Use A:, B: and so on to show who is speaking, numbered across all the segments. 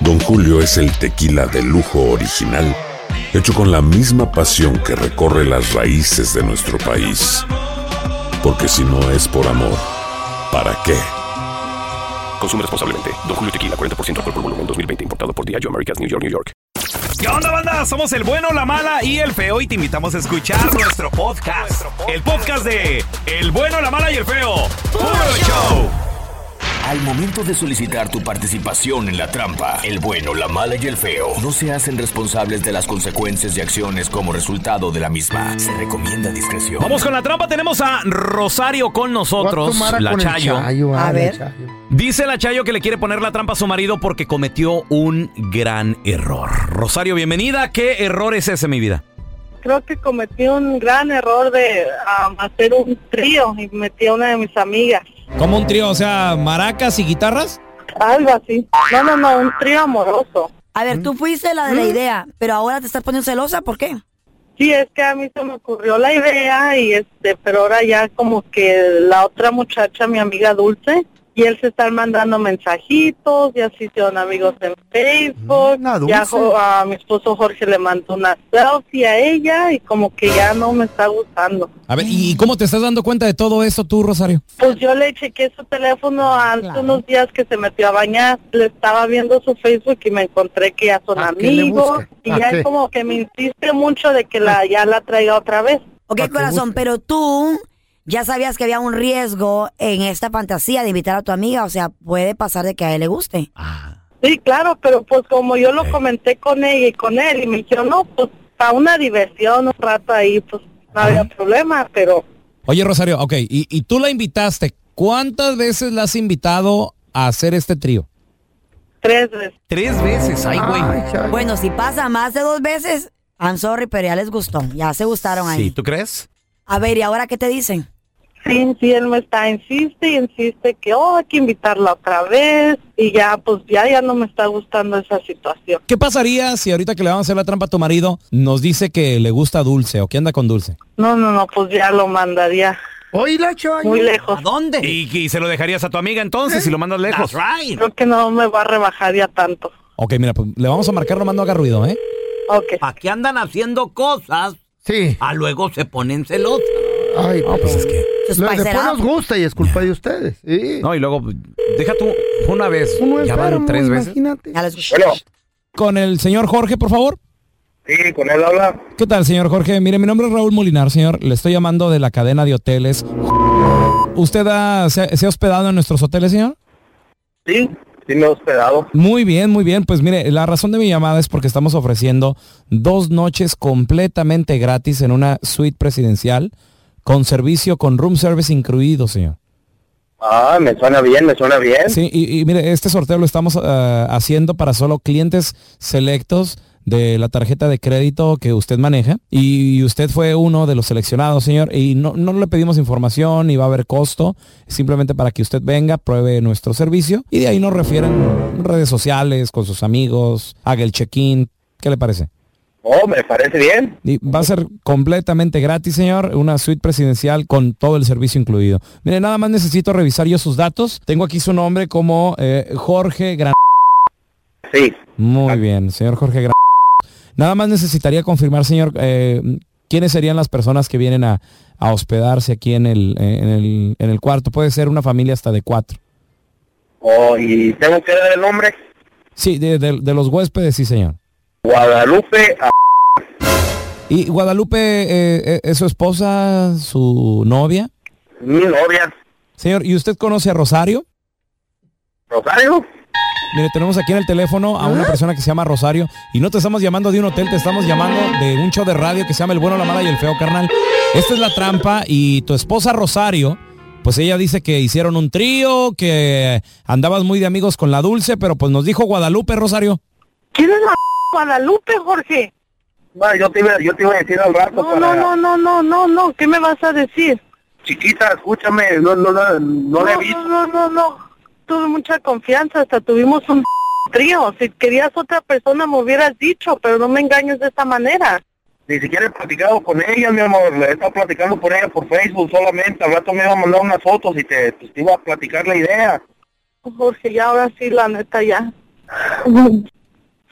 A: Don Julio es el tequila de lujo original, hecho con la misma pasión que recorre las raíces de nuestro país. Porque si no es por amor, ¿para qué?
B: Consume responsablemente. Don Julio Tequila, 40% alcohol por volumen, 2020. Importado por Diageo Americas, New York, New York.
C: ¿Qué onda, banda? Somos el bueno, la mala y el feo y te invitamos a escuchar nuestro podcast. El podcast de El bueno, la mala y el feo. ¡Puro show!
D: Al momento de solicitar tu participación en la trampa, el bueno, la mala y el feo no se hacen responsables de las consecuencias y acciones como resultado de la misma. Se recomienda discreción.
C: Vamos con la trampa. Tenemos a Rosario con nosotros,
E: Voy a tomar
C: la
E: con el
C: Chayo.
E: Chayo, ah,
F: A
E: el
F: ver.
E: Chayo.
C: Dice la Chayo que le quiere poner la trampa a su marido porque cometió un gran error. Rosario, bienvenida. ¿Qué error es ese, mi vida?
G: creo que cometí un gran error de am, hacer un trío y metí a una de mis amigas.
H: Como un trío, o sea, maracas y guitarras.
G: Algo así. No, no, no, un trío amoroso. Mm.
F: A ver,
C: Mm.
F: tú fuiste la de la idea, pero ahora te estás poniendo celosa, ¿por qué?
G: Sí, es que a mí se me ocurrió la idea y este, pero ahora ya como que la otra muchacha, mi amiga Dulce, y él se están mandando mensajitos, ya se hicieron amigos en Facebook,
E: Mm, la
G: ya
E: Dulce.
G: jo- a mi esposo Jorge le mandó una selfie a ella y como que ya no me está gustando.
H: A ver, ¿y cómo te estás dando cuenta de todo eso tú, Rosario?
G: Pues yo le chequé su teléfono hace
F: Claro.
G: unos días que se metió a bañar, le estaba viendo su Facebook y me encontré que ya son
E: ¿A qué le
G: amigos
E: busca?
G: y
E: ¿A
G: ya
E: qué?
G: es como que me insiste mucho de que la ya la traiga otra vez.
F: Ok,
E: Pa' que
F: corazón,
E: busque.
F: pero tú ya sabías que había un riesgo en esta fantasía de invitar a tu amiga, o sea, puede pasar de que a él le guste.
C: Ah.
G: Sí, claro, pero pues como yo lo comenté con ella y con él y me dijeron, no, pues para una diversión un rato ahí, pues no había problema, pero
H: Oye, Rosario, ok, y, y tú la invitaste. ¿Cuántas veces la has invitado a hacer este trío?
G: tres veces.
C: Tres veces. Ay, güey.
E: Ay, Chayo.
F: Bueno, si pasa más de dos veces, I'm sorry, pero ya les gustó, ya se gustaron ahí.
C: Sí, ¿tú crees?
F: A ver, ¿y ahora qué te dicen?
G: Sí, sí, él me está, insiste y insiste que, oh, hay que invitarla otra vez y ya, pues ya, ya no me está gustando esa situación.
H: ¿Qué pasaría si ahorita que le vamos a hacer la trampa a tu marido nos dice que le gusta dulce o que anda con dulce?
G: No, no, no, pues ya lo mandaría
E: Oye, la Chayo.
G: muy lejos.
C: dónde? ¿Y, y se lo dejarías a tu amiga entonces si lo mandas lejos?
G: Creo que no me va a rebajar ya tanto.
H: Ok, mira, pues le vamos a marcar, no mando haga ruido, ¿eh?
G: Ok.
C: Ah,
I: ¿Para qué andan haciendo cosas?
E: Sí.
I: A luego se ponen celosas.
E: Ay,
H: Pues
E: pero-
H: es que...
F: Just
E: Lo-
F: spice it
E: después
F: up.
E: nos gusta y es culpa de ustedes. Sí.
C: No, y luego, deja tú una vez.
E: Uno
C: ya
E: enfermo,
C: van tres veces.
E: Imagínate.
F: Ya les gustó.
H: Con el señor Jorge, por favor.
G: Sí, con él habla.
H: ¿Qué tal, señor Jorge? Mire, mi nombre es Raúl Molinar, señor. Le estoy llamando de la cadena de hoteles. ¿Usted ha- se, ha- se ha hospedado en nuestros hoteles, señor?
G: Sí, sí me he hospedado.
H: Muy bien, muy bien. Pues mire, la razón de mi llamada es porque estamos ofreciendo dos noches completamente gratis en una suite presidencial con servicio, con room service incluido, señor.
G: Ah, me suena bien, me suena bien.
H: Sí, y, y mire, este sorteo lo estamos ah, haciendo para solo clientes selectos de la tarjeta de crédito que usted maneja. Y, usted fue uno de los seleccionados, señor. Y no, no le pedimos información ni va a haber costo. Simplemente para que usted venga, pruebe nuestro servicio. Y de ahí nos refieren redes sociales, con sus amigos, haga el check-in. ¿Qué le parece?
G: Oh, me parece bien.
H: Y va a ser completamente gratis, señor. Una suite presidencial con todo el servicio incluido. Mire, nada más necesito revisar yo sus datos. Tengo aquí su nombre como eh, Jorge Gran.
G: Sí.
H: Muy bien, señor Jorge Gran. Nada más necesitaría confirmar, señor, eh, quiénes serían las personas que vienen a, a hospedarse aquí en el, eh, en, el, en el cuarto. Puede ser una familia hasta de cuatro.
G: Oh, ¿y tengo que dar el nombre?
J: Sí, de, de- de los huéspedes, sí, señor.
K: Guadalupe a-
J: ¿Y Guadalupe eh, eh, es su esposa, su novia?
K: Mi novia.
J: Señor, ¿y usted conoce a Rosario?
K: Rosario.
J: Mire, tenemos aquí en el teléfono a una persona que se llama Rosario y no te estamos llamando de un hotel, te estamos llamando de un show de radio que se llama El Bueno, la Mala y el Feo, carnal. Esta es la trampa y tu esposa Rosario, pues ella dice que hicieron un trío, que andabas muy de amigos con la Dulce, pero pues nos dijo Guadalupe, Rosario.
G: ¿Quién es la Guadalupe, Eh, Jorge?
K: Bueno, yo te iba, yo te iba a decir al rato
G: No,
K: para...
G: no, no, no, no, no, no, ¿qué me vas a decir?
K: Chiquita, escúchame, no, no, no, no le vi.
G: No, no, no, no. Tuve mucha confianza, hasta tuvimos un trío. Si querías otra persona me hubieras dicho, pero no me engañes de esa manera.
K: Ni siquiera he platicado con ella, mi amor. Le he estado platicando por ella por Facebook solamente. Al rato me iba a mandar unas fotos y te, pues, te iba a platicar la idea.
G: Jorge, ya ahora sí, la neta, ya.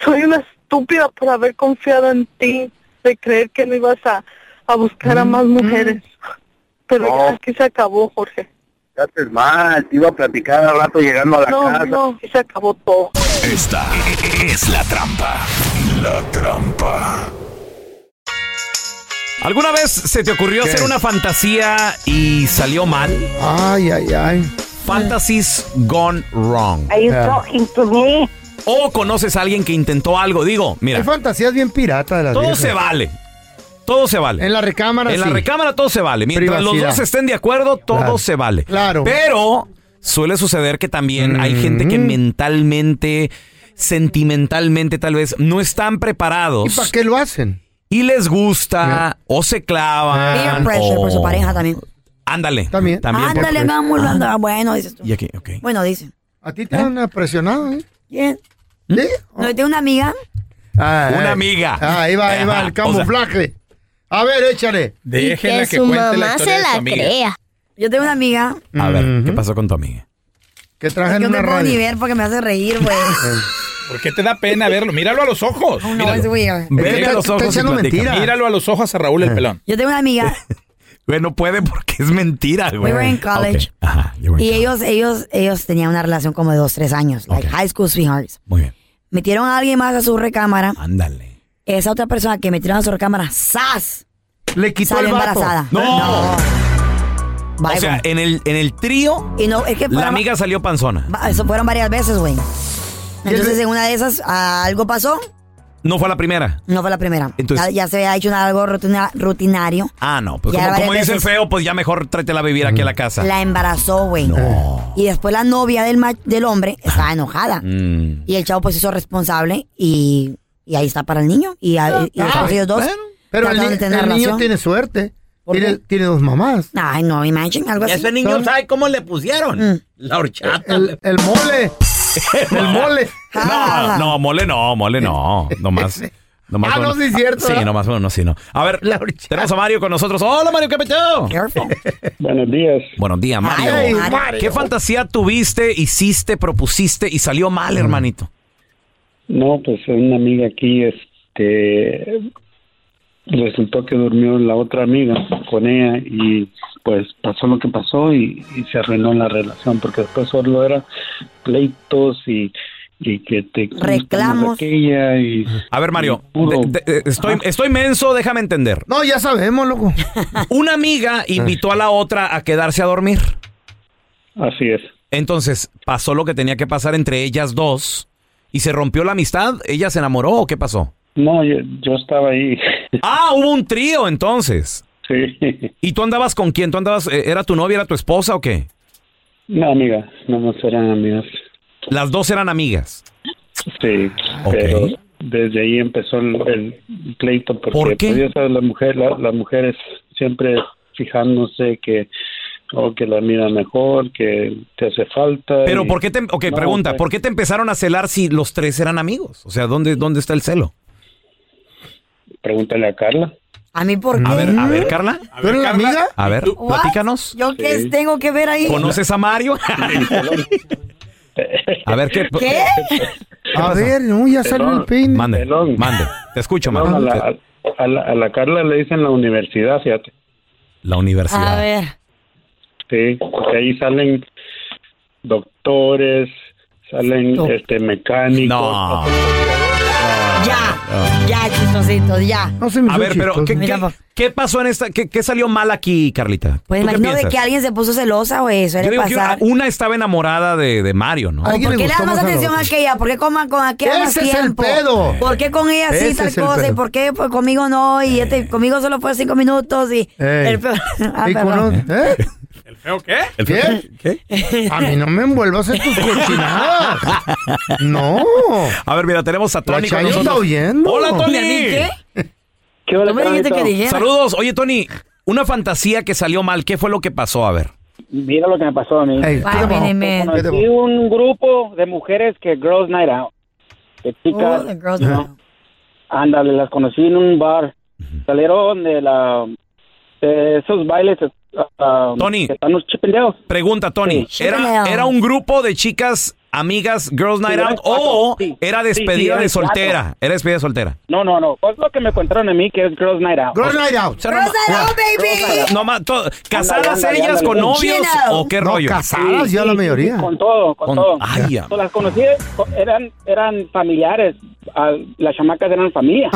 G: Soy una estúpida por haber confiado en ti, de creer que no ibas a, a buscar a más mujeres. Pero
K: No.
G: ya aquí se acabó, Jorge.
K: Ya te es mal, te iba a platicar al rato llegando a la
G: No,
K: casa.
G: no, aquí se acabó todo.
A: Esta es la trampa. La trampa.
H: ¿Alguna vez se te ocurrió
A: ¿Qué?
H: hacer una fantasía y salió mal?
E: Ay, ay, ay.
H: Fantasies gone wrong.
E: Are you talking
G: pues,
H: O conoces a alguien que intentó algo. Digo, mira,
E: Hay fantasías bien pirata de las
H: todo
E: viejas.
H: se vale. Todo se vale.
E: En la recámara
H: En la
E: sí.
H: recámara todo se vale. Mientras
E: Privacidad.
H: los dos estén de acuerdo, todo
E: Claro.
H: se vale.
E: Claro.
H: Pero suele suceder que también hay gente
E: Mm.
H: que mentalmente, sentimentalmente tal vez, no están preparados. ¿Y para
E: qué lo hacen?
H: Y les gusta o se
F: Peer
H: clavan.
F: pressure por su
H: o-
F: pareja también.
H: Ándale. También.
F: Ándale,
H: por- Ah.
F: vamos, anda. Bueno, dices tú.
H: Y aquí, ok.
F: Bueno, dice.
E: A ti te han presionado, ¿eh?
F: ¿Quién? No, tengo una amiga.
E: ay.
H: Una amiga.
E: Ah, ahí va, ahí va,
H: Ajá,
E: el camuflaje. A ver, échale.
L: Déjenla que cuente la historia de su amiga.
F: Yo tengo una amiga
H: A ver, ¿qué pasó con tu amiga?
E: Que traje
F: que
E: en
F: no
E: una
F: te puedo ni
E: radio.
F: ver porque me hace reír, güey.
L: ¿Por qué te da pena verlo? Míralo a los ojos.
F: No, es weird.
L: Míralo a los ojos. y platícame. Míralo a los ojos a Raúl el pelón.
F: Yo tengo una amiga
H: Eh. Güey, no puede porque es mentira, güey.
F: We were in college.
H: Ok, Ajá, you were
F: y
H: in
F: ellos, ellos, ellos tenían una relación como de dos, tres años, like high school sweethearts.
H: Muy bien. Ah.
F: Metieron a alguien más a su recámara.
H: Ándale.
F: Esa otra persona que metieron a su recámara, ¡zas!
E: Le quitó
F: Salió
E: el vato.
F: embarazada.
H: No.
F: Bye,
H: O sea, en el, en el trío,
F: Y no, es que
H: la
F: fueron-
H: amiga salió panzona.
F: va- eso fueron varias veces, güey. Entonces, en una de esas, ah, algo pasó.
H: No fue la primera.
F: No fue la primera.
H: Entonces-
F: ya, ya se había hecho una- algo rutina- rutinario.
H: Ah, no. Pues
F: Ya
H: como,
F: varias
H: como dice el feo, pues ya mejor tráetela a vivir aquí a la casa.
F: La embarazó, güey. Ah. Y después la novia del, ma- del hombre estaba enojada.
H: Mm.
F: Y el chavo pues se hizo responsable y, y ahí está para el niño. Y, a- y
E: Ah,
F: después ellos dos.
E: bueno, pero el,
F: trataron de
E: ni-
F: tener
E: el niño
F: relación.
E: tiene suerte.
F: ¿Por
E: Tiene, tiene dos mamás.
F: Ay, no, imagínate algo así. Mm.
M: Ese niño sabe cómo le pusieron. La horchata.
E: El, el mole. el mole.
H: No, no, mole no, mole no. Nomás. nomás
E: Ah, no, sí es cierto,
H: Sí,
E: ¿verdad?
H: nomás uno, sí, no. A ver, tenemos a Mario con nosotros. Hola, Mario, ¿qué peteo?
N: Buenos días.
H: Buenos días, Mario.
N: Ay, Mario.
H: ¿Qué fantasía tuviste, hiciste, propusiste y salió
N: Mm.
H: mal, hermanito?
N: No, pues una amiga aquí, este, resultó que durmió la otra amiga con ella y pues pasó lo que pasó y, y se arruinó la relación porque después solo era pleitos y, y que te reclamos aquella y
H: A ver, Mario, de- de- eh, estoy, estoy menso, déjame entender.
E: No, ya sabemos, loco.
H: Una amiga invitó a la otra a quedarse a dormir.
N: Así es.
H: Entonces, pasó lo que tenía que pasar entre ellas dos y se rompió la amistad. ¿Ella se enamoró o qué pasó?
N: no, yo, yo estaba ahí.
H: Ah, hubo un trío entonces.
N: Sí.
H: ¿Y tú andabas con quién? ¿Tú andabas, eh, era tu novia, era tu esposa o qué?
N: No, amiga, no nos eran amigas.
H: Las dos eran amigas.
N: Sí, pero desde ahí empezó el, el pleito porque
H: ¿Por qué?
N: pues, ya sabes, la mujer, la- las mujeres siempre fijándose que o que la mira mejor, que te hace falta.
H: Pero
N: y-
H: ¿por qué te, ok,
N: No,
H: pregunta,
N: pues,
H: ¿por qué te empezaron a celar si los tres eran amigos? O sea, ¿dónde, dónde está el celo?
N: Pregúntale a Carla.
F: ¿A mí por qué?
H: A ver, a ver, Carla.
N: ¿Tú eres la Carla. amiga?
H: A ver,
F: Mm. What?
H: platícanos.
F: ¿Yo qué tengo que ver ahí?
H: ¿Conoces a Mario? a ver, ¿qué?
F: ¿Qué?
H: eh,
E: A ver, no, ya salió el peine.
H: Mande, mande. Te escucho,
N: No,
H: mano.
N: a, la, a la- a la Carla le dicen la universidad, fíjate.
H: La universidad.
F: ver.
N: Este, Sí, porque ahí salen pues, doctores, salen este mecánicos.
H: No.
F: Ya, chistosito, ya.
E: No se
H: A ver, pero ¿qué, qué, qué pasó en esta? ¿Qué, qué salió mal aquí, Carlita?
F: Pues
H: ¿Tú qué
F: imagino de
H: piensas?
F: que alguien se puso celosa, güey,
H: Yo
F: suele
H: digo que
F: pasar.
H: una, una estaba enamorada de, de Mario, ¿no?
F: ¿O ¿Por qué le da más atención a aquella? ¿Por qué coman con aquella más
E: Ese es el
F: tiempo?
E: pedo.
F: ¿Por qué con ella sí
E: Ese
F: tal
E: es el
F: cosa? ¿Y
E: pedo. Eh.
F: por qué pues, conmigo no? Y este, conmigo solo fue cinco minutos y...
E: Ey.
F: El peor... Ah,
E: Y con
F: perdón.
E: un- ¿eh?
H: ¿El
E: ¿Qué? A mí no me envuelvas en tus cochinadas. No.
H: A ver, mira, tenemos a Tony.
E: La
H: con
E: Chayo
H: nosotros.
E: está oyendo.
H: Hola, Tony.
E: ¿Le di qué?
O: ¿Qué
E: Tú me dijiste que dijera.
H: Saludos. Oye, Tony, una fantasía que salió mal. ¿Qué fue lo que pasó? A ver.
O: Mira lo que me pasó a mí.
F: Ay, mini man.
O: Conocí un grupo de mujeres que Girls Night Out. De chicas.
F: Oh, the girls
O: you know. Ándale, las conocí en un bar. Salieron de la de esos bailes ah,
H: Tony.
O: que están los chipendeos.
H: Pregunta, Tony.
O: Sí.
H: ¿Era, ¿Era un grupo de chicas, amigas, Girls Night
O: eran
H: Out
O: cuatro,
H: o
O: sí.
H: era
O: Sí, sí,
H: despedida
O: eran
H: de soltera?
O: cuatro.
H: Era despedida de soltera.
O: No, no, no. Es lo que me contaron a mí que es Girls Night Out.
E: Girls Night Out.
H: O sea, no ma- No, ma- to- ¿Casadas
O: ándale,
H: ellas
O: ándale.
H: con novios
O: Chino.
H: o qué
E: No,
H: rollo?
E: casadas ya la mayoría.
O: Con todo, con,
H: Con-
O: todo.
H: Ay, ya.
O: Pues las conocí, co- eran, eran familiares, ah, las chamacas eran familia.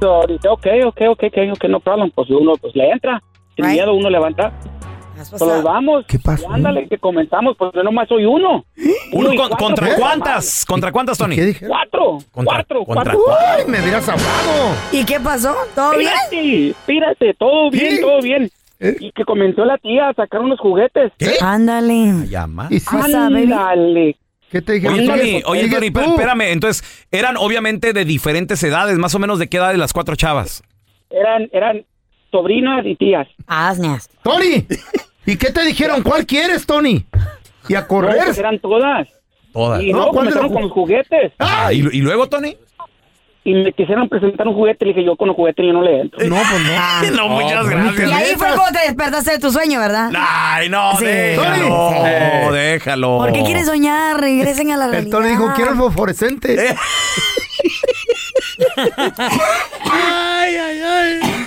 O: So, dice, ok, ok, ok, ok, ok, no problem. Pues uno pues le entra, sin miedo uno levanta. Pues
F: pasado.
O: nos vamos. ¿Qué
E: pasa?
O: Ándale, que comenzamos, pues yo nomás soy uno.
H: ¿Uno
O: y
H: con-
O: cuatro,
H: contra
O: pues,
H: cuántas? ¿Contra cuántas, Tony?
E: ¿Qué dije?
O: Cuatro,
H: Contra-
O: cuatro,
H: contra
O: cuatro.
E: Uy, me hubieras hablado.
F: ¿Y qué pasó? ¿Todo bien?
O: Espírate, espírate, todo bien, todo bien.
E: ¿Eh?
O: Y que comenzó la tía a sacar unos juguetes.
F: Ándale.
H: Llama.
E: ¿Y si-
O: Ándale.
E: ¿Qué te dije?
H: Oye,
E: ¿Sigues
H: Tony,
E: tú?
H: oye,
E: ¿Sigues
H: Tony,
E: tú?
H: pe- espérame. Entonces, eran obviamente de diferentes edades, más o menos de qué edad de las cuatro chavas.
O: Eran, eran sobrinas y tías.
F: Asnias.
E: Tony, ¿y qué te dijeron? ¿Cuál quieres, Tony? Y a
O: No,
E: correr.
O: pues eran todas.
H: Todas.
O: Y no,
E: ¿cuál de
O: comenzaron
E: los-
O: con los juguetes.
H: Ah, ¿y, y luego, Tony?
O: Y me quisieron presentar un juguete. Le dije, yo con los juguetes yo no le entro.
E: No, pues no.
H: No, muchas
F: Y
H: gracias.
F: ahí fue cuando te despertaste de tu sueño, ¿verdad?
H: Ay, no,
F: Sí.
H: déjalo.
E: Eh, Tony.
H: Déjalo.
F: ¿Por qué quieres soñar? Regresen a la
E: El
F: realidad. Eh.
E: Tony dijo, quiero el fosforescente. ay, ay, ay.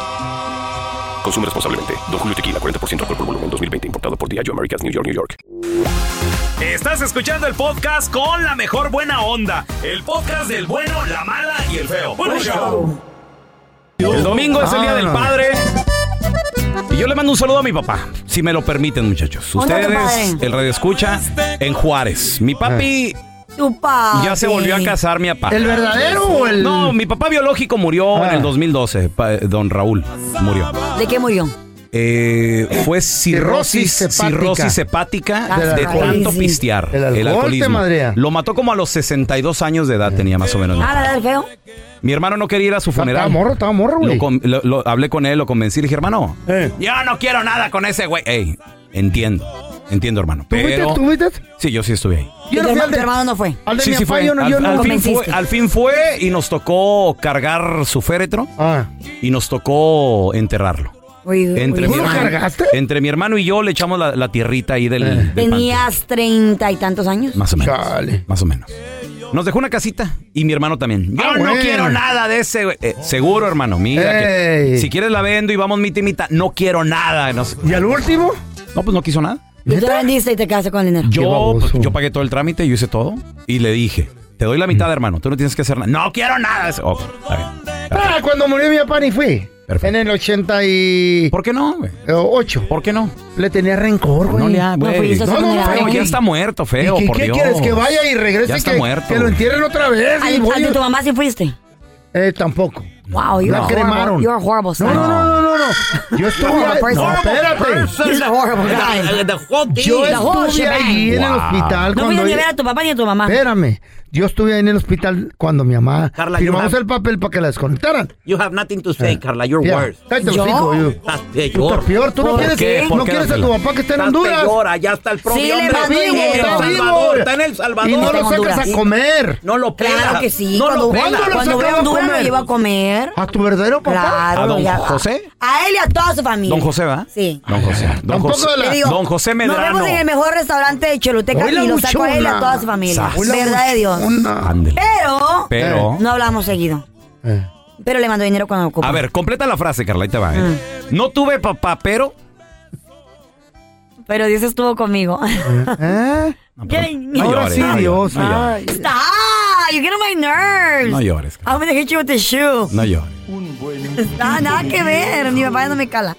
B: Consume responsablemente. Don Julio Tequila 40% alcohol por volumen 2020 importado por Diageo Americas New York New York.
H: Estás escuchando el podcast con la mejor buena onda. El podcast del bueno, la mala y el feo. Bueno, show. El domingo es el
E: Ah,
H: día del padre. Y yo le mando un saludo a mi papá, si me lo permiten, muchachos.
F: Hola,
H: Ustedes,
F: compadre.
H: el radio escucha en Juárez. Mi papi
F: Tu papi.
H: ya se volvió a casar, mi papá.
E: ¿El verdadero o el.? Ah.
H: No, mi papá biológico murió en el 2012, pa- don Raúl murió.
F: ¿De qué murió?
H: Eh, fue cirrosis,
E: Cirrosis hepática.
H: cirrosis hepática
F: Del
H: de
E: alcohol.
H: tanto
E: Ah, Sí.
H: pistear.
E: El alcohol te madrea.
H: Lo mató como a los 62 años de edad, tenía más o menos.
F: Ah, la del feo.
H: Mi hermano no quería ir a su
E: Estaba
H: funeral.
E: morro, estaba morro,
H: Lo
E: güey. Eh.
H: con- lo- lo- hablé con él, lo convencí, le dije, hermano, yo no quiero nada con ese güey. Ey, entiendo, entiendo, hermano.
E: ¿Tú fuiste?
H: Pero
E: ¿Tú fuiste?
H: sí, yo sí estuve ahí.
E: Yo
F: Tu
E: no fui al
F: hermano,
E: de,
F: tu hermano no fue.
E: al de
H: Sí,
E: mi
H: sí
E: papá,
H: fue.
E: yo no,
H: al,
E: yo no-
H: al fin
F: convenciste.
H: fue, al fin fue y nos tocó cargar su féretro
E: Ah.
H: y nos tocó enterrarlo.
F: Uy, uy,
H: Entre mi,
F: uy.
H: hermano, entre mi hermano y yo le echamos la,
E: Eh.
H: la tierrita ahí del, del
F: Tenías treinta y tantos años.
H: panteón. Más o menos.
E: Chale.
H: Más o menos. Nos dejó una casita y mi hermano también. Yo
I: Ah,
H: no
I: bueno.
H: quiero nada de ese, güey. Eh, seguro, hermano. Mira, que-
I: Ey.
H: si quieres la vendo y vamos mitad y mitad. No quiero nada.
E: ¿Y al último?
H: No, pues no quiso nada.
F: Y tú vendiste y te quedaste con el dinero.
H: Yo, pues, yo pagué todo el trámite, yo hice todo y le dije, te doy la mitad,
E: Mm.
H: hermano. Tú no tienes que hacer nada. No quiero nada. de eso". Ok, está bien.
E: Ah, cuando murió mi papá ni fui. En el 80 y...
H: ¿Por qué no, güey?
E: 8.
H: ¿Por qué no?
E: Le tenía rencor, güey.
H: No pues, le ha- güey.
E: No, no, no,
H: Güey,
E: güey.
H: ya está muerto, feo,
E: ¿Y qué-
H: por
E: qué
H: Dios.
E: quieres? ¿Que vaya y regrese
H: Ya
E: y
H: está
E: que-
H: muerto.
E: que lo
H: güey.
E: entierren otra vez?
F: Ay,
E: y voy
F: ay,
E: a-
F: ¿Tu mamá sí fuiste?
E: Eh, tampoco.
F: Wow, you're
E: La
F: a
E: cremaron.
F: horrible- You're a horrible
E: No,
F: son.
E: no, no, no, no, no. Yo estuve
F: Horrible
E: ahí.
F: person.
E: No,
F: You're the horrible guy.
E: espérate. Yo
F: The whole
E: estuve
F: shebang.
E: ahí en el
F: Wow.
E: hospital
F: No fuiste
E: cuando...
F: ni a ver a tu papá ni a tu mamá.
E: Espérame. Yo estuve ahí en el hospital cuando mi mamá
I: Carla,
E: firmamos
I: yo-
E: el papel para que la desconectaran.
I: You have nothing to say, Carla. You're
E: Eh. Ya.
I: worse.
E: Cállate los ¿Yo? hocico, you.
I: Estás
E: Tú
I: peor.
E: estás peor, tú no
I: ¿Por
E: quieres,
I: qué?
E: no
I: ¿Por qué,
E: quieres a tu
I: Ángela?
E: papá que está en
I: Estás
E: Honduras.
I: peor, allá está el propio
E: Sí, le
I: hombre.
E: mando
I: Está
E: dinero.
I: en
E: Está
I: El
E: vivo.
I: Salvador, está en El Salvador.
E: Y no lo sacas a comer.
I: No lo pelas.
F: Claro que sí.
I: No
F: cuando
I: lo
F: voy,
I: pelas.
F: cuando voy a Honduras lo llevo a comer.
E: ¿A tu verdadero papá?
F: Claro,
H: ¿A don
F: ya-
H: José?
F: A él y a toda su familia.
H: Don José, ¿verdad?
F: Sí.
H: Don José. Don
F: Tampoco
H: José,
F: la-
H: don José
F: Nos
H: Medrano.
F: vemos en el mejor restaurante de Choluteca
H: Hoy la
F: y lo saco a él y a
H: buchona.
F: toda su familia.
H: Sas. Hoy la
F: Verdad de Dios.
H: Ándele.
F: Pero,
E: Eh.
H: Pero-
F: no hablamos seguido. Pero le mando dinero cuando ocupa.
H: A ver, completa la frase, Carla, ahí te va. ¿eh?
F: Mm.
H: No tuve papá, pero...
F: Pero Dios estuvo conmigo.
E: ¿Eh?
H: No
E: Ahora
H: llores,
E: sí,
H: no llores,
E: Dios.
H: no llores.
E: Ay.
F: Stop! You get on my nerves.
H: No llores,
F: I'm gonna hit you with the shoe.
H: No llores.
F: Nada, nada que ver. Mi papá no me cala.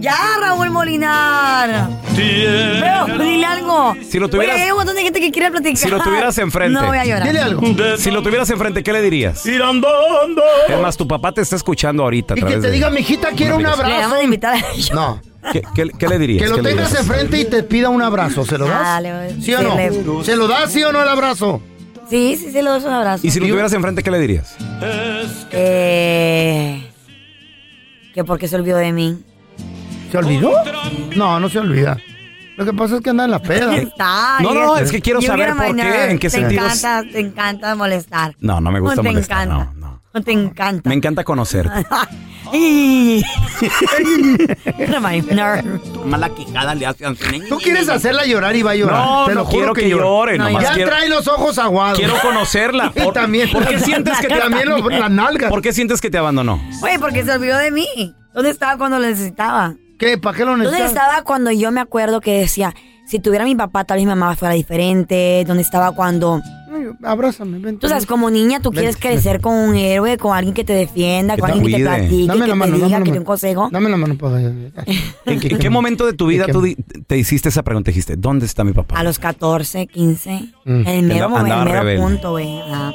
F: Ya, Raúl Molinar. Pero dile algo.
H: Si lo tuvieras-
F: Oye, hay un montón de gente que quiere platicar.
H: Si lo tuvieras enfrente...
F: No voy a llorar.
H: Si lo tuvieras enfrente, ¿qué le dirías? Ir andando. Es más, tu papá te está escuchando ahorita. a
E: Y que
H: través
E: te
H: de-
E: diga, mijita, quiero un
F: Le
E: abrazo.
F: vamos a invitar a
E: No.
H: ¿Qué, qué, qué le dirías?
E: Que lo
H: ¿Qué le
E: tengas
H: dirías?
E: enfrente y te pida un abrazo. ¿Se lo
F: Ah,
E: das?
F: le voy-
E: ¿Sí o
F: sí,
E: no?
F: le-
E: ¿Se lo das sí o no el abrazo?
F: Sí, sí, sí, le doy un abrazo.
H: Y si lo tuvieras enfrente, ¿qué le dirías?
F: Eh, que porque se olvidó de mí.
E: ¿Se olvidó? No, no se olvida. Lo que pasa es que anda en la peda.
F: Está,
E: No, no,
F: you-
E: no, es que quiero
F: you
E: saber
F: get on my
E: por qué,
F: nerves.
E: en qué
F: te
H: sentido es-
F: Encanta, te encanta molestar.
H: No, no me gusta
F: te
H: molestar,
F: Encanta, no, te encanta.
H: Me encanta conocerte.
F: Y- Get on my nerves.
I: Mala quijada le hacen.
E: Tú quieres hacerla llorar y va a llorar.
H: No,
E: Te
H: no
E: lo juro
H: quiero que
E: llora.
H: llore, No, nomás
E: ya
H: quiero-
E: trae los ojos aguados.
H: Quiero conocerla.
E: y también.
H: ¿Por qué sientes que te
E: también los- las nalgas?
H: ¿Por qué sientes que te abandonó?
F: Oye, porque se olvidó de mí. ¿Dónde estaba cuando lo necesitaba?
E: ¿Qué? ¿Para qué lo
F: ¿Dónde
E: necesitas?
F: estaba cuando yo me acuerdo que decía, si tuviera mi papá, tal vez mi mamá fuera diferente? ¿Dónde estaba cuando...
E: Ay, Abrázame, ven.
F: Tú sabes, como niña, tú quieres crecer con un héroe, con alguien que te defienda,
E: Que
F: con
E: te
F: alguien que te
E: cuide.
F: platique,
E: Dame
F: que
E: la
F: te
E: mano, dame
F: diga,
E: la
F: que te dé
E: mano.
F: un consejo.
E: Dame la mano pues, para
H: ¿En, en qué momento de tu vida
E: ¿Qué-
H: tú di- te hiciste esa pregunta? Dijiste, ¿dónde está mi papá?
F: A los 14, 15, en el
H: Andaba-
F: mero, momento,
H: andaba
F: el mero
H: rebelde.
F: punto, güey. ajá.
E: Mm.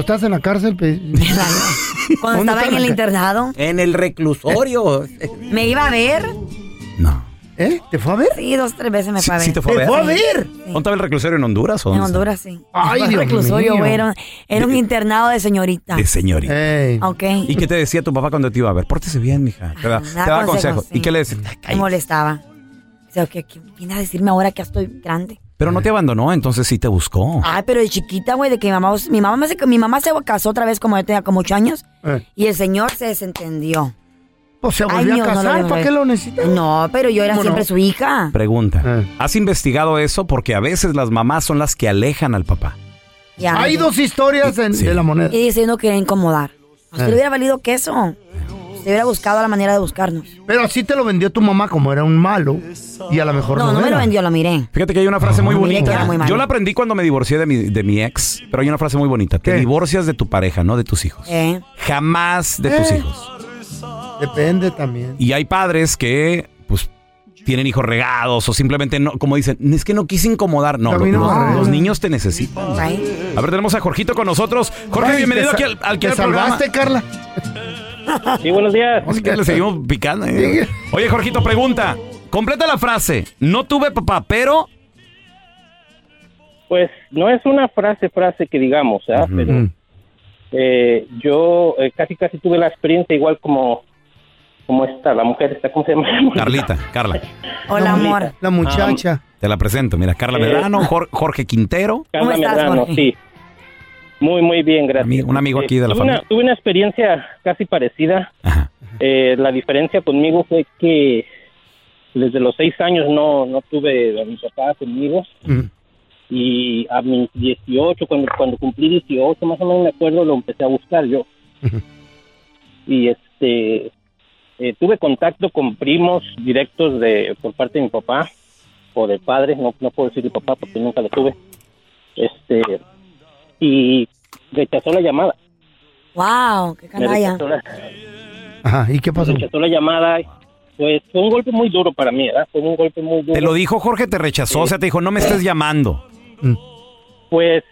E: estás en la cárcel, pe-
F: Cuando
E: ¿Dónde
F: estaba
E: está
F: en
E: la
F: el
E: ca-
F: internado,
I: En el reclusorio.
F: me iba a ver.
E: ¿Eh? ¿Te fue a ver?
F: Sí, dos, tres veces me fue a ver.
H: Sí, te fue a ver. ¿Dónde estaba el reclusorio en Honduras? O
F: En
H: dónde
F: Honduras, sí.
E: Ay,
F: Fue
E: Dios
F: reclusorio,
E: mío.
F: güey, Era, era un internado de señorita.
H: estaba? De señorita.
F: Ok.
H: ¿Y qué te decía tu papá cuando te iba a ver? Pórtese bien, mija. Te da,
F: me
H: te
F: da
H: daba
F: consejos,
H: consejos.
F: sí.
H: ¿Y qué le decía? Ay,
F: Me molestaba. O sea, ¿qué, qué viene a decirme ahora que ya estoy grande?
H: Pero no te abandonó, entonces sí te buscó.
F: Ay, pero de chiquita, güey, de que mi mamá, mi mamá, se, mi mamá se casó otra vez como yo tenía como ocho años
H: Eh.
F: y el señor se desentendió.
E: Pues se
H: volvió a casar, ¿para qué
E: lo necesitaba?
F: No, pero yo era
H: ¿Cómo
F: siempre
H: no?
F: su hija.
H: Pregunta. ¿Has investigado eso? Porque a veces las mamás son las que alejan al papá.
F: Ya.
E: Hay dos historias en- de la moneda.
F: Y dice, yo no quería incomodar. A usted
E: Eh.
F: le hubiera valido queso. Usted hubiera buscado la manera de buscarnos.
E: Pero así te lo vendió tu mamá como era un malo y a lo mejor
F: No,
E: no,
F: no me
E: era.
F: lo vendió, lo miré.
H: Fíjate que hay una frase
F: Ah,
H: muy
F: mira, queda
H: bonita.
F: muy mal.
H: Yo la aprendí cuando me divorcié de mi, de mi ex, pero hay una frase muy bonita. Te divorcias de tu pareja, no de tus hijos.
F: ¿Eh?
H: Jamás de tus
E: Eh.
H: hijos.
E: Depende también.
H: Y hay padres que, pues, tienen hijos regados o simplemente no, como dicen, es que no quise incomodar. No,
E: A
H: lo-
E: mí no me
H: los,
E: arregla.
H: los niños te necesitan.
F: Right.
H: A ver, tenemos a Jorgito con nosotros. Jorge,
E: Ay,
H: bienvenido aquí
E: te sa-
H: al, aquí
E: te
H: al programa.
E: salvaste, Carla.
H: Sí, buenos días. le seguimos picando. ¿eh? Oye, Jorgito, pregunta. Completa la frase. No tuve papá, pero...
P: Pues no es una frase, frase que digamos, ¿ah?
E: Mm,
P: pero eh, yo eh, casi, casi tuve la experiencia igual como, como esta, la mujer esta, ¿cómo se llama?
H: Carlita, Carla. Ah,
F: Hola, amor.
E: La
P: muchacha.
H: Te la presento. Mira, Carla
P: Eh.
H: Medrano, Jor- Jorge Quintero.
P: Carla Medrano, sí. Muy, muy bien, gracias.
H: Un amigo aquí de la
P: Eh, tuve, una,
H: familia.
P: tuve una experiencia casi parecida. Eh, la diferencia conmigo fue
E: mm,
P: que desde los seis años no, no tuve a mis papás conmigo. y a mis 18, cuando, cuando cumplí 18, más o menos me acuerdo, lo empecé a buscar yo. y este, eh, tuve contacto con primos directos de por parte de mi papá o de padre, no, no puedo decir de papá porque nunca lo tuve. Este, y rechazó la llamada.
F: Wow, qué
P: Me
F: canalla.
P: rechazó la-
E: Ajá, ¿y qué pasó?
P: rechazó la llamada. Pues fue un golpe muy duro para mí, ¿verdad? Fue un golpe muy duro.
H: Te lo dijo Jorge, te rechazó, o sea, te dijo, no me estés llamando.
P: Pues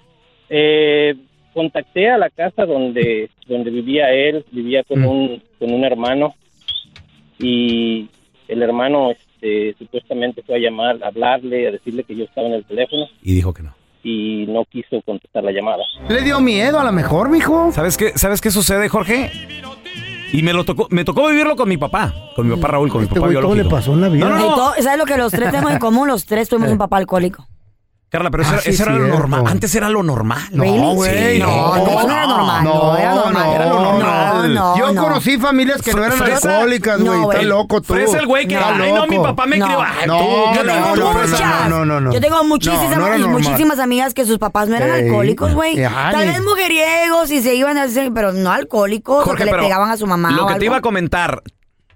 P: eh, contacté a la casa donde donde vivía él, vivía con
H: Mm.
P: un con un hermano y el hermano este, supuestamente fue a llamar, a hablarle, a decirle que yo estaba en el teléfono
H: Y dijo que no.
P: y no quiso contestar la llamada.
E: Le dio miedo a lo mejor, mijo.
H: ¿Sabes qué, ¿Sabes qué sucede, Jorge? Y me lo tocó, me tocó vivirlo con mi papá, con mi papá Raúl, con mi
E: Este
H: papá
E: güey, todo
H: biológico.
E: le pasó en la vida.
F: Y todo- ¿Sabes lo que los tres tenemos en común? Los tres
H: Eh.
F: tuvimos un papá alcohólico.
H: Carla, pero eso,
E: Ah,
H: era-
E: sí,
H: eso era lo
E: cierto.
H: normal. Antes era lo normal.
E: No, güey,
H: Sí.
E: no, no, no, era normal, no, era normal,
H: era lo normal.
E: Yo conocí familias que no eran
H: Fresa.
E: alcohólicas, güey,
H: No,
E: está
H: güey.
E: loco tú.
H: Fresa el güey que,
E: Está
H: ay, no, mi
E: loco.
H: papá me
E: no.
H: crió. Ay,
E: No,
H: tú,
E: no,
H: yo
E: no,
H: tengo
E: no,
H: muchas.
E: no, no, no, no.
F: Yo tengo muchísimas,
E: No, no era
F: y
E: normal. Eh,
F: muchísimas amigas que sus papás no eran
E: Ey,
F: alcohólicos, güey.
E: ajá,
F: Tal
E: ni-
F: vez mujeriegos y se iban a hacer, pero no alcohólicos, o que le
H: pero
F: pegaban a su mamá
H: Lo
F: o
H: que
F: algo.
H: te iba a comentar,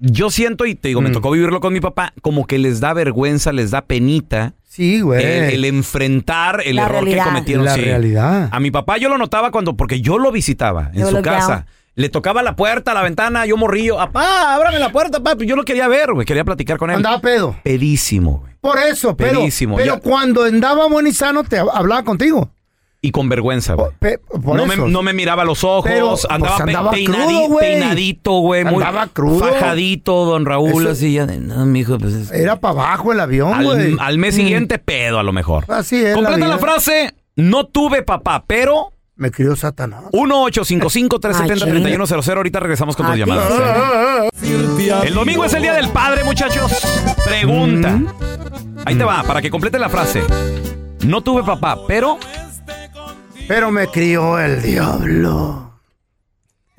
H: yo siento y te digo,
E: Mm.
H: me tocó vivirlo con mi papá, como que les da vergüenza, les da penita.
E: Sí, güey.
H: El, el enfrentar el
E: La
H: error
E: realidad.
H: que cometieron.
E: La
H: sí.
E: realidad.
H: A mi papá yo lo notaba cuando, porque yo lo visitaba en
E: Yo
H: su
E: lo
H: casa.
E: veía.
H: Le tocaba la puerta, la ventana, yo morrillo. Papá, ábrame la puerta, papá. Yo lo quería ver, güey. Quería platicar con él.
E: Andaba pedo.
H: Pedísimo, güey.
E: Por eso, pero,
H: Pedísimo,
E: pero
H: ya.
E: cuando andaba buen y sano te hab- hablaba contigo.
H: Y con vergüenza, güey.
E: Pe- por
H: No me,
E: eso.
H: no me miraba a los ojos,
E: Pero,
H: andaba,
E: pues,
H: pe-
E: andaba
H: peinadi-
E: crudo, güey.
H: peinadito, güey, muy
E: Andaba crudo.
H: fajadito, don Raúl,
E: Eso-
H: así ya de, no, mijo, pues es-
E: Era para abajo el avión, güey.
H: al, al mes siguiente pedo a lo mejor.
E: Así Mm. Ah, es.
H: Completa
E: vida.
H: la frase, no tuve papá, pero
E: Me crió Satanás.
H: 1-855-370-3100, ahorita regresamos con tus llamadas. El domingo es el día del padre, muchachos. Pregunta.
E: Mm.
H: Ahí te va, para que complete la frase. No tuve papá, pero
E: Pero me crió el diablo.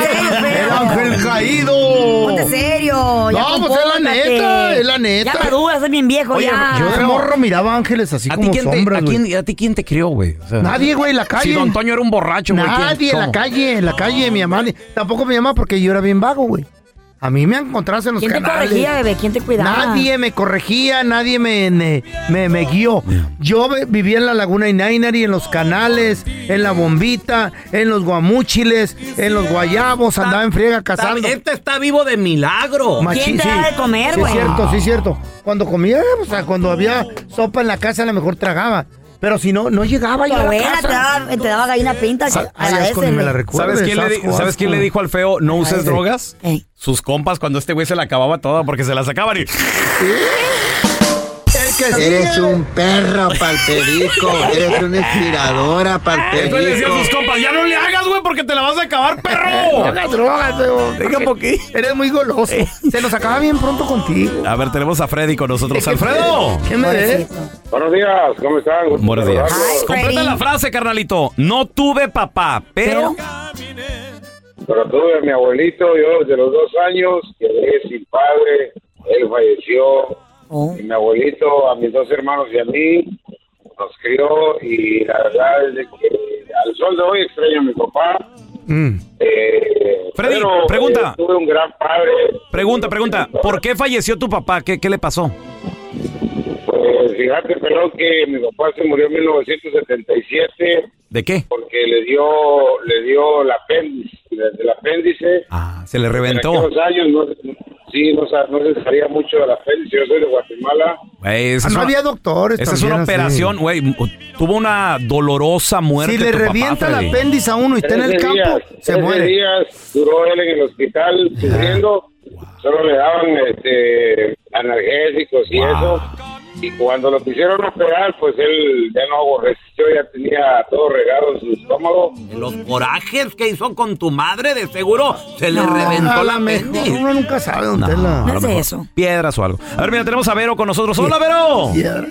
E: El ángel caído.
F: Ponte serio. ya
E: No, pues es la
F: compórtate.
E: neta, es la neta.
F: Ya madura, soy bien viejo
E: Oye,
F: ya.
E: yo de morro miraba ángeles así
H: ¿A ti
E: como
H: quién te-
E: sombras,
H: a
E: güey.
H: quién- a ti quién te crió, güey? O sea,
E: Nadie, güey, en la calle.
H: Ah. Si Don Toño era un borracho, güey. ¿quién?
E: Nadie, en la
H: ¿Cómo?
E: calle, en la calle, mi mamá. ni- Tampoco mi mamá porque yo era bien vago, güey. A mí me encontrabas en los
F: ¿Quién te
E: canales.
F: corregía, bebé? ¿Quién te cuidaba?
E: Nadie me corregía, nadie me, me, me- me guió. Yo ve- vivía en la Laguna Inainari, en los canales, en la bombita, en los guamúchiles, en los guayabos, andaba en friega cazando.
H: Este está vivo de milagro.
E: Machi- sí. Sí, es cierto, sí, es cierto. Cuando comía, o sea, cuando había sopa en la casa, a lo mejor tragaba. Pero si no, no llegaba
F: Tu
E: yo a la
F: abuela te
E: casa.
F: daba, te daba gallina pinta.
E: Ay, asco, ni me
F: agradecele.
E: la recuerdes,
H: ¿Sabes quién, le, di-
E: asco,
H: ¿sabes
E: asco.
H: quién le dijo al feo no uses
E: Ay, de-
H: drogas?
F: Ey.
H: Sus compas cuando este güey se la acababa toda porque se la sacaban y...
Q: Eres un perro, palperico. Eres una inspiradora, palperico.
E: pues,
H: Entonces le decía a sus compas, ya no le hagas, güey, porque te la vas a acabar,
E: No
H: perro.
E: hagas drogas, feo.
H: Venga, poquí.
E: Eres muy goloso. Se nos acaba bien pronto contigo.
H: A ver, tenemos a Freddy con nosotros. ¡Alfredo!
E: ¿Qué me ves?
R: Buenos días, ¿cómo están? Gusto
H: Buenos días.
R: saludarlos.
H: Completa la frase, carnalito. No tuve papá, pero...
R: Pero tuve a eh, mi abuelito, yo desde los dos años, quedé sin padre, él falleció.
H: Oh.
R: Y mi abuelito, a mis dos hermanos y a mí, nos crió y la verdad es de que al sol de hoy extraño a mi papá.
E: Mm.
R: Eh,
H: Freddy,
R: pero, eh,
H: pregunta.
R: tuve un gran padre.
H: Pregunta, pregunta. ¿Por qué falleció tu papá? ¿Qué, qué le pasó?
R: Pues fíjate, pero que mi papá se murió en 1977.
H: ¿De qué?
R: porque le dio le dio el apéndice, desde el apéndice.
H: Ah, Se le
R: En
H: reventó.
R: aquellos años no, sí, no, sa- no se sabía mucho del apéndice. Yo soy de Guatemala.
H: Güey, esa
E: Ah,
H: es
E: no
H: una-
E: había doctores
H: Esa es
E: también,
H: una
E: así.
H: operación, güey. m- Tuvo una dolorosa muerte.
E: Si le
H: tu papá,
E: revienta el
H: Freddy.
E: apéndice a uno y está en el
R: Trece
E: campo,
R: días,
E: se
R: trece
E: muere. Ah.
R: días duró él en el hospital sufriendo. Solo le daban este, analgésicos y eso. Y cuando lo quisieron operar, pues él ya no aborreció, ya tenía todo regado en su estómago.
I: Los corajes que hizo con tu madre, de seguro se le reventó
E: a
I: la
E: lo mejor
I: mente.
E: Uno nunca sabe, don
H: No,
E: Tela.
H: a lo mejor Piedras o algo. A ver, mira, tenemos a Vero con nosotros. ¡Hola, Vero!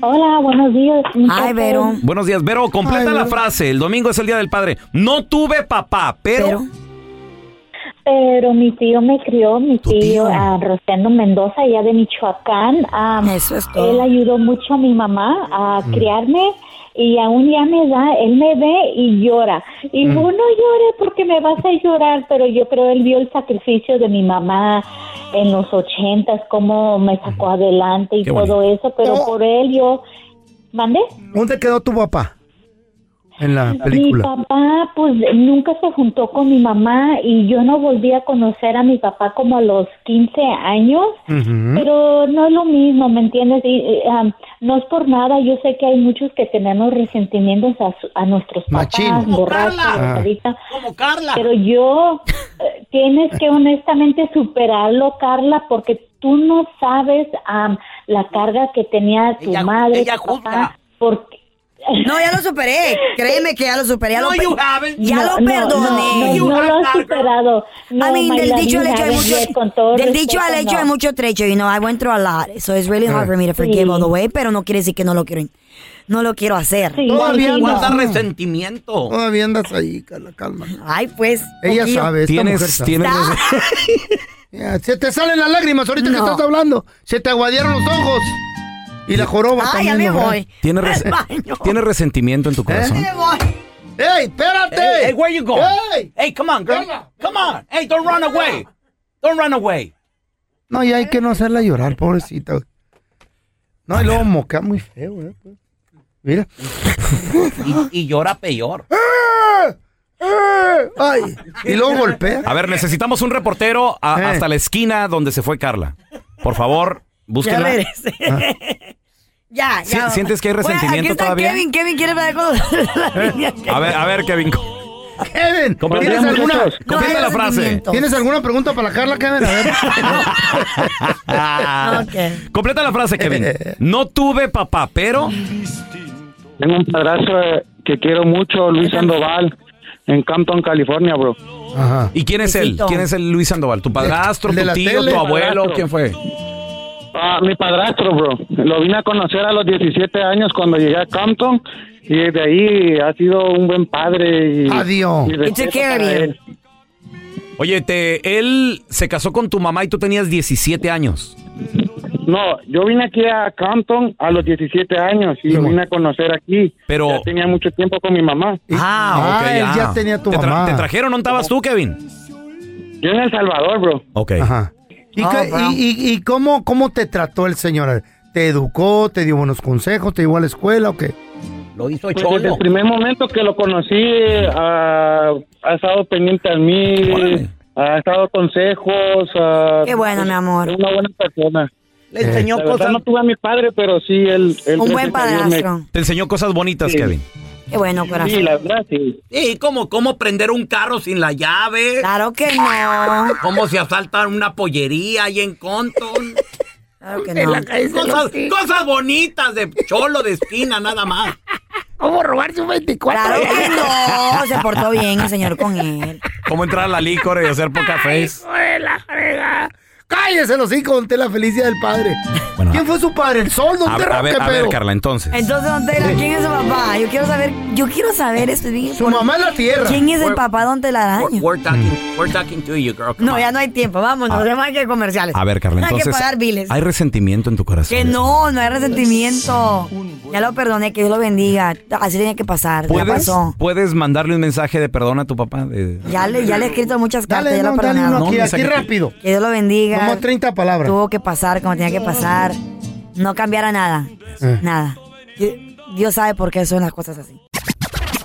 S: Hola, buenos días.
F: Ay, Vero.
H: Buenos días, Vero. Completa la frase. El domingo es el día del padre. No tuve papá, pero.
S: Pero mi tío me crió, mi tío, ah, Rosendo Mendoza, allá de Michoacán. ah, Él ayudó mucho a mi mamá a
T: Mm.
S: criarme y aún ya me da, él me ve y llora. Y
T: Mm.
S: digo, no llore porque me vas a llorar, pero yo creo él vio el sacrificio de mi mamá en los ochentas, cómo me sacó adelante y
E: Mm. Qué
S: todo eso, pero por él yo... ¿Mandé?
E: ¿Dónde quedó tu papá? En la
S: Mi
E: película.
S: papá, pues nunca se juntó con mi mamá y yo no volví a conocer a mi papá como a los 15 años,
T: Ujú.
E: Mm-hmm.
S: pero no es lo mismo, ¿me entiendes? Y, y, am, no es por nada, yo sé que hay muchos que tenemos resentimientos a, su- a nuestros papás,
T: Machín.
S: borrachos,
T: Carla.
S: drogadictos. Pero yo eh, tienes que honestamente superarlo, Carla, porque tú no sabes am, la carga que tenía tu madre,
F: ella
S: tu papá, porque
F: No, ya lo superé. Créeme que ya lo superé. Ya
S: No,
F: lo, pe-
S: you haven't.
F: ya
S: No,
F: lo
S: no,
F: perdoné.
S: no, no, You no lo have, has Margaret. superado. No,
F: I mean,
S: my
F: del
S: love,
F: dicho al
S: you
F: hecho hay
S: haven't
F: mucho.
S: yet, con todo
F: del dicho
S: respeto,
F: al hecho
S: no.
F: hay mucho trecho. You know, I went through a lot. So it's really hard
S: Eh.
F: for me to forgive
S: Sí.
F: all the way. Pero no quiere decir que no lo quiero, no lo quiero hacer.
S: Sí, Todavía sí, no.
I: guarda
E: resentimiento. Todavía andas ahí, Carla, calma.
F: Ay, pues.
E: Ella
F: poquillo.
E: sabe, esta mujer sabe. Ya, Se te salen las lágrimas ahorita que
F: No.
E: estás hablando. Se te aguadearon los ojos. Y la joroba
F: Ah, ya me
E: también, ¿no, ¿Eh? verdad?
F: voy.
H: Tiene, res- tiene resentimiento en tu corazón.
E: ¡Ey, espérate!
I: Hey, hey, where you going?
E: Hey.
I: come on, girl. Come on. Hey, don't run away. Don't run away.
E: No, y hay que no hacerla llorar, pobrecita. güey. No, y luego moca muy feo, ¿eh? Mira.
I: Y, y llora peor.
E: Eh, Ay, y luego golpea.
H: A ver, necesitamos un reportero a-
E: Eh.
H: hasta la esquina donde se fue Carla. Por favor, búsquela.
F: Ya eres. Ya,
H: Si-
F: ya.
H: Ah. ¿sientes que hay
F: Bueno,
H: resentimiento
F: aquí está
H: todavía?
F: Kevin, Kevin quiere hablar con
H: A ver, a ver, Kevin.
E: Kevin,
H: Completa-
E: ¿tienes alguna,
H: muchachos. Completa la frase.
E: ¿Tienes alguna pregunta para la Carla, Kevin? A ver. Ah,
H: Ah. Completa la frase, Kevin. No tuve papá, pero.
U: Tengo un padrastro eh, que quiero mucho, Luis Sandoval, en Campton, California, bro.
H: ¿Y quién es él?
U: Luisito.
H: ¿Quién es el Luis Sandoval? ¿Tu padrastro,
U: El de
H: tu
U: la
H: tío,
U: tele.
H: tu abuelo?
U: Padrastro.
H: ¿Quién fue?
U: Ah, mi padrastro, bro. Lo vine a conocer a los 17 años cuando llegué a Campton y de ahí ha sido un buen padre. Y,
E: Adiós.
U: y respeto para él.
H: Oye, te, él se casó con tu mamá y tú tenías 17 años.
U: No, yo vine aquí a Campton a los 17 años y lo vine a conocer aquí.
H: Pero
U: ya tenía mucho tiempo con mi mamá.
H: Ah, ok,
U: él ya tenía tu
H: te
U: mamá.
H: ¿Te trajeron? ¿Dónde estabas tú, Kevin?
U: Yo en El Salvador, bro.
H: Ok.
E: ¿Y, qué- y- y- y cómo, cómo te trató el señor? A ver, ¿Te educó? ¿Te dio buenos consejos? ¿Te llevó a la escuela o qué?
I: Lo hizo
U: Pues desde el primer momento que lo conocí, ah, ha estado pendiente a mí, ha estado consejos. ah,
F: Qué bueno,
U: es-
F: mi amor.
U: es Una buena persona.
I: Le enseñó
U: Eh, La verdad,
I: cosas-
U: No tuve a mi padre, pero sí, él. él
F: Un buen
U: gracias a Dios, me-
F: padrastro.
H: Te enseñó cosas bonitas, Kevin.
F: Qué bueno, corazón.
U: Sí, la verdad, sí.
I: Sí, como cómo prender un carro sin la llave.
F: Claro que no.
I: Cómo se asalta una pollería ahí en Compton.
F: Claro que
I: En
F: no.
I: la calle de cosas, cosas bonitas de cholo de esquina, nada más.
E: ¿Cómo robarse un 24?
F: Claro que no. Oh, Se portó bien el señor con él.
H: ¿Cómo entrar a la licor y hacer poca face?
E: Cállese los hijos, donde la felicidad del padre. ¿Quién fue su padre? ¿El sol?
H: A,
E: ¿Dónde
H: a ver, a ver, Carla, entonces.
F: Entonces, don Tela, ¿quién es su papá? Yo quiero saber, yo quiero saber esto. es bien
E: Su
F: importante.
E: mamá es la tierra.
F: ¿Quién es el
I: We're-
F: papá don Telaraño?
I: We're talking, we're talking to you, girl. Come
F: No,
I: on.
F: ya no hay tiempo. Vámonos, además hay que comerciales.
H: Ah. A ver, Carla,
F: Pues, Hay
H: entonces.
F: que pagar biles.
H: Hay resentimiento en tu corazón.
F: Que no, no hay resentimiento. Ya lo perdoné, que Dios lo bendiga. Así tenía que pasar. Ya
H: ¿Puedes,
F: pasó.
H: puedes mandarle un mensaje de perdón a tu papá? De-
F: Ya le, ya le he escrito muchas cartas, ya lo he
H: no, dale
F: perdonado.
H: uno aquí, No, aquí mensaje. rápido.
F: Que Dios lo bendiga.
E: Como 30 palabras.
F: Tuvo que pasar como tenía que pasar. No cambiara nada.
H: Eh.
F: Nada. Di- Dios sabe por qué son las cosas así.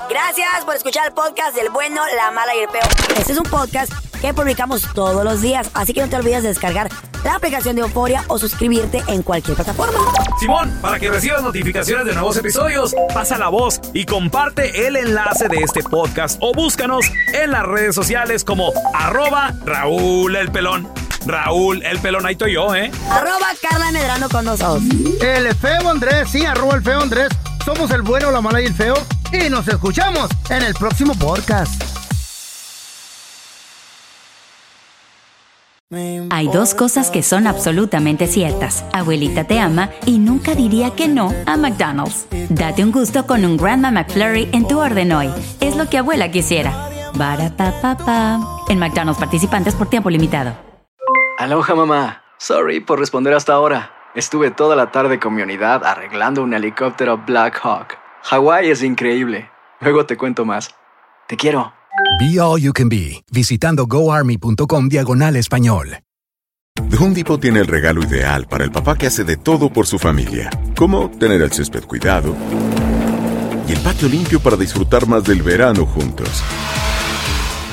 F: Gracias por escuchar el podcast del bueno, la mala y el peor. Este es un podcast que publicamos todos los días, así que no te olvides de descargar la aplicación de Euforia o suscribirte en cualquier plataforma.
C: Simón, para que recibas notificaciones de nuevos episodios, pasa la voz y comparte el enlace de este podcast o búscanos en las redes sociales como arroba Raúl el Pelón. Raúl el Pelón, ahí estoy yo, ¿eh?
F: Arroba Carla Medrano con nosotros.
E: El feo Andrés, sí, arroba el feo Andrés. Somos el bueno, la mala y el feo. Y nos escuchamos en el próximo podcast.
V: Hay dos cosas que son absolutamente ciertas. Abuelita te ama y nunca diría que no a McDonald's. Date un gusto con un Grandma McFlurry en tu orden hoy. Es lo que abuela quisiera. Barapapapa. en McDonald's participantes por tiempo limitado.
W: Aloha mamá. Sorry por responder hasta ahora. Estuve toda la tarde con mi unidad arreglando un helicóptero Black Hawk. Hawái es increíble. Luego te cuento más. Te quiero.
D: Be All You Can Be, visitando goarmy.com diagonal español.
X: The Home Depot tiene el regalo ideal para el papá que hace de todo por su familia, como tener el césped cuidado y el patio limpio para disfrutar más del verano juntos.